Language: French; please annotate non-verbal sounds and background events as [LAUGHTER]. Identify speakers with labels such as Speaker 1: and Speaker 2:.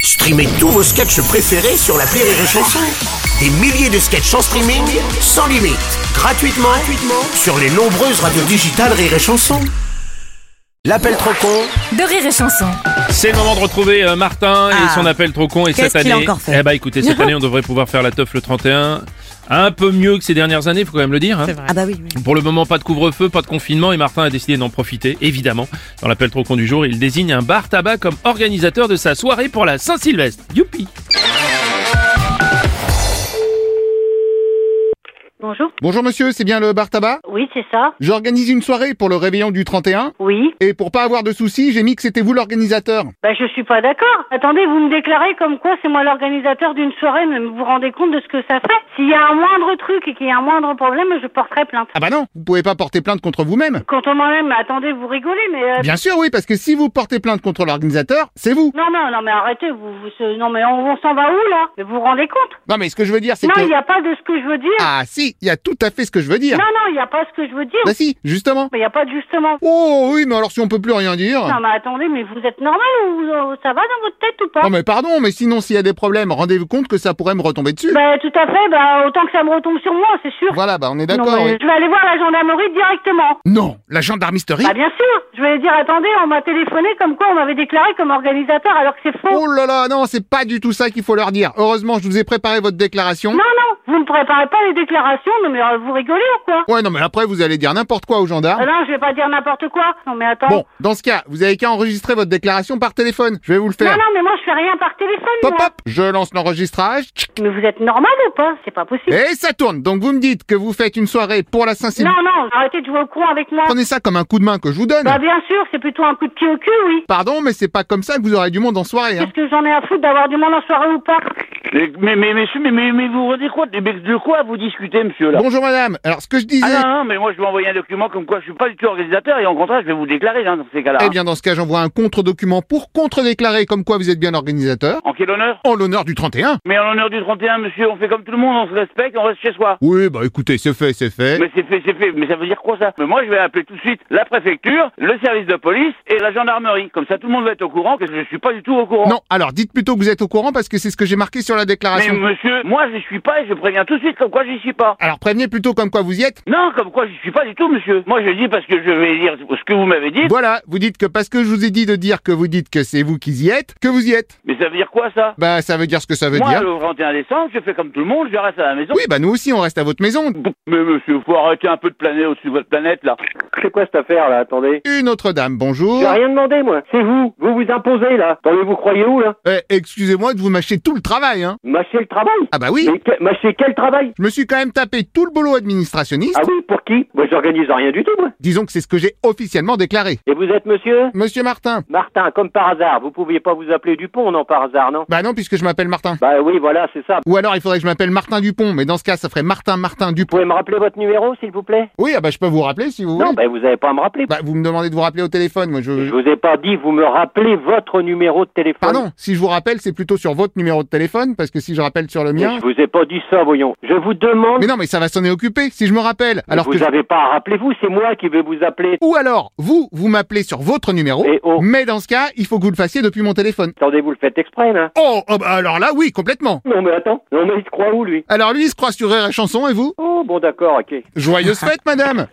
Speaker 1: Streamez tous vos sketchs préférés sur la Rire et Chanson. Des milliers de sketchs en streaming, sans limite, gratuitement, gratuitement sur les nombreuses radios digitales Rire et Chanson. L'appel trop con
Speaker 2: de rire et chanson.
Speaker 3: C'est le moment de retrouver euh, Martin et
Speaker 2: Ah.
Speaker 3: son appel trop con. Et
Speaker 2: Qu'est-ce
Speaker 3: cette année,
Speaker 2: qu'il a encore fait
Speaker 3: eh bah écoutez,
Speaker 2: [LAUGHS]
Speaker 3: cette année, on devrait pouvoir faire la teuf le 31. Un peu mieux que ces dernières années, faut quand même le dire. hein.
Speaker 2: Ah bah oui. oui.
Speaker 3: Pour le moment, pas de couvre-feu, pas de confinement, et Martin a décidé d'en profiter, évidemment. Dans l'appel trop con du jour, il désigne un bar tabac comme organisateur de sa soirée pour la Saint-Sylvestre. Youpi
Speaker 4: Bonjour.
Speaker 5: Bonjour monsieur, c'est bien le bar tabac
Speaker 4: Oui, c'est ça.
Speaker 5: J'organise une soirée pour le réveillon du 31
Speaker 4: Oui.
Speaker 5: et pour pas avoir de soucis, j'ai mis que c'était vous l'organisateur.
Speaker 4: Bah, je suis pas d'accord. Attendez, vous me déclarez comme quoi c'est moi l'organisateur d'une soirée, mais vous vous rendez compte de ce que ça fait S'il y a un moindre truc et qu'il y a un moindre problème, je porterai plainte.
Speaker 5: Ah bah non, vous pouvez pas porter plainte contre vous-même.
Speaker 4: Quant à moi-même, attendez, vous rigolez, mais... euh,
Speaker 5: Bien sûr oui, parce que si vous portez plainte contre l'organisateur, c'est vous.
Speaker 4: Non, non, non, mais arrêtez, vous... vous- ce- non, mais on, on s'en va où, là Mais vous vous rendez compte
Speaker 5: Non mais ce que je veux dire c'est
Speaker 4: Non, il
Speaker 5: que
Speaker 4: n'y a pas de ce que je veux dire.
Speaker 5: Ah si, il y a tout à fait ce que je veux dire.
Speaker 4: Non, non, il n'y a pas ce que je veux dire.
Speaker 5: Bah si, justement.
Speaker 4: Mais il n'y a pas de justement.
Speaker 5: Oh oui, mais alors si on peut plus rien dire.
Speaker 4: Non, mais attendez, mais vous êtes normal ou ou- ça va dans votre tête ou pas
Speaker 5: Non Oh, mais pardon, mais sinon s'il y a des problèmes, rendez-vous compte que ça pourrait me retomber dessus.
Speaker 4: Bah, tout à fait, bah, autant que ça me retombe sur moi, c'est sûr.
Speaker 5: Voilà, bah on est
Speaker 4: Non,
Speaker 5: d'accord.
Speaker 4: mais
Speaker 5: oui.
Speaker 4: Je vais aller voir la gendarmerie directement.
Speaker 5: Non, la gendarmisterie.
Speaker 4: Bah bien sûr, je vais dire attendez, on m'a téléphoné comme quoi on m'avait déclaré comme organisateur alors que c'est faux.
Speaker 5: Oh là là, non, c'est pas du tout ça qu'il faut leur dire. Heureusement, je vous ai préparé votre déclaration.
Speaker 4: Non non, vous me préparez pas les déclarations, non mais euh, vous rigolez ou quoi
Speaker 5: Ouais, non, mais après, vous allez dire n'importe quoi aux
Speaker 4: Ah
Speaker 5: gendarmes.
Speaker 4: Non, je vais pas dire n'importe quoi. Non mais attends.
Speaker 5: Oh Bon, dans ce cas, vous avez qu'à enregistrer votre déclaration par téléphone. Je vais vous le
Speaker 4: Non
Speaker 5: faire.
Speaker 4: non, mais moi je fais rien par téléphone.
Speaker 5: Pop,
Speaker 4: moi.
Speaker 5: hop, je lance l'enregistrage. Tchic.
Speaker 4: Mais vous êtes normal ou pas C'est pas possible.
Speaker 5: Et ça tourne. Donc vous me dites que vous faites une soirée pour la Saint-Sylvestre.
Speaker 4: Non non, arrêtez de jouer au con avec moi.
Speaker 5: Prenez ça comme un coup de main que je vous donne.
Speaker 4: Bah bien sûr, c'est plutôt un coup de pied au cul, oui.
Speaker 5: Pardon, mais c'est pas comme ça que vous aurez du monde en soirée. Hein.
Speaker 4: Qu'est-ce que j'en ai à foutre d'avoir du monde en soirée ou pas
Speaker 6: Mais, mais, mais, monsieur, mais, mais, mais vous redis quoi mais De quoi vous discutez, monsieur, là
Speaker 5: Bonjour madame. Alors ce que je disais...
Speaker 6: Ah non, non, mais moi, je vais envoyer un document comme quoi je suis pas du tout organisateur et en contraire, je vais vous déclarer hein, dans ces cas-là.
Speaker 5: Eh
Speaker 6: hein.
Speaker 5: bien dans ce cas, j'envoie un contre-document pour contre-déclarer comme quoi vous êtes bien organisateur.
Speaker 6: En quel honneur
Speaker 5: En l'honneur du 31.
Speaker 6: Mais en l'honneur du 31, monsieur, on fait comme tout le monde, on se respecte, on reste chez soi.
Speaker 5: Oui, bah écoutez, c'est fait, c'est fait.
Speaker 6: Mais c'est fait, c'est fait. Mais ça veut dire quoi, ça Mais moi, je vais appeler tout de suite la préfecture, le service de police et la gendarmerie. Comme ça, tout le monde va être au courant que je suis pas du tout au courant.
Speaker 5: Non, alors dites plutôt que vous êtes au courant parce que c'est ce que j'ai marqué sur la
Speaker 6: Mais
Speaker 4: euh,
Speaker 5: déclaration.
Speaker 6: monsieur, moi, je suis pas et je préviens tout de suite comme quoi j'y suis pas.
Speaker 5: Alors prévenez plutôt comme quoi vous y êtes.
Speaker 6: Non, comme quoi j'y suis pas du tout, monsieur. Moi, je dis parce que je vais dire ce que vous m'avez dit.
Speaker 5: Voilà, vous dites que parce que je vous ai dit de dire que vous dites que c'est vous qui y êtes, que vous y êtes.
Speaker 6: Mais ça veut dire quoi, ça
Speaker 5: Bah, ça veut dire ce que ça veut
Speaker 6: Moi,
Speaker 5: dire.
Speaker 6: le 31 décembre, je fais comme tout le monde, je reste à la maison.
Speaker 5: Oui, bah nous aussi, on reste à votre maison.
Speaker 6: Mais monsieur, faut arrêter un peu de planer au-dessus de votre planète, là.
Speaker 7: C'est quoi cette affaire là Attendez.
Speaker 5: Une autre dame, bonjour.
Speaker 7: J'ai rien demandé moi. C'est vous. Vous vous imposez là. Attendez, vous croyez où là
Speaker 5: Eh, Excusez-moi de vous mâcher tout le travail, hein.
Speaker 7: Mâcher le travail
Speaker 5: Ah bah oui,
Speaker 7: Mais que- mâcher quel travail
Speaker 5: je me suis quand même tapé tout le boulot administrationniste.
Speaker 7: Ah oui, pour qui Moi j'organise rien du tout moi.
Speaker 5: Disons que c'est ce que j'ai officiellement déclaré.
Speaker 7: Et vous êtes monsieur
Speaker 5: Monsieur Martin.
Speaker 7: Martin, comme par hasard. Vous pouviez pas vous appeler Dupont, non par hasard, non
Speaker 5: Bah non, puisque je m'appelle Martin.
Speaker 7: Bah oui, voilà, c'est ça. Vous
Speaker 5: Ou alors il faudrait que je m'appelle Martin Dupont, mais dans ce cas, ça ferait Martin Martin Dupont.
Speaker 7: pouvez me rappeler votre numéro s'il vous plaît
Speaker 5: Oui, ah bah je peux vous rappeler si vous voulez.
Speaker 7: Non, bah vous avez pas à me rappeler.
Speaker 5: Bah vous me demandez de vous rappeler au téléphone, moi
Speaker 7: Je
Speaker 5: je...
Speaker 7: vous ai pas dit, vous me rappelez votre numéro de téléphone.
Speaker 5: Pardon, si je vous rappelle, c'est plutôt sur votre numéro de téléphone, parce que si je rappelle sur le
Speaker 7: Mais
Speaker 5: mien...
Speaker 7: Je vous ai pas dit ça, voyons. Je vous demande.
Speaker 5: Mais non, mais ça va sonner occupé, si je me rappelle. Alors
Speaker 7: vous
Speaker 5: que je-
Speaker 7: avez pas à rappeler vous, c'est moi qui vais vous appeler.
Speaker 5: Ou alors, vous, vous m'appelez sur votre numéro,
Speaker 7: Et oh.
Speaker 5: mais dans ce cas, il faut que vous le fassiez depuis mon téléphone.
Speaker 7: Attendez, vous le faites exprès là.
Speaker 5: Oh, oh, bah alors là, oui, complètement.
Speaker 7: Non mais attends, non mais il se croit où lui
Speaker 5: Alors lui, il se croit sur Rire et Chanson, et vous
Speaker 7: Oh bon d'accord, ok.
Speaker 5: Joyeuse fête, madame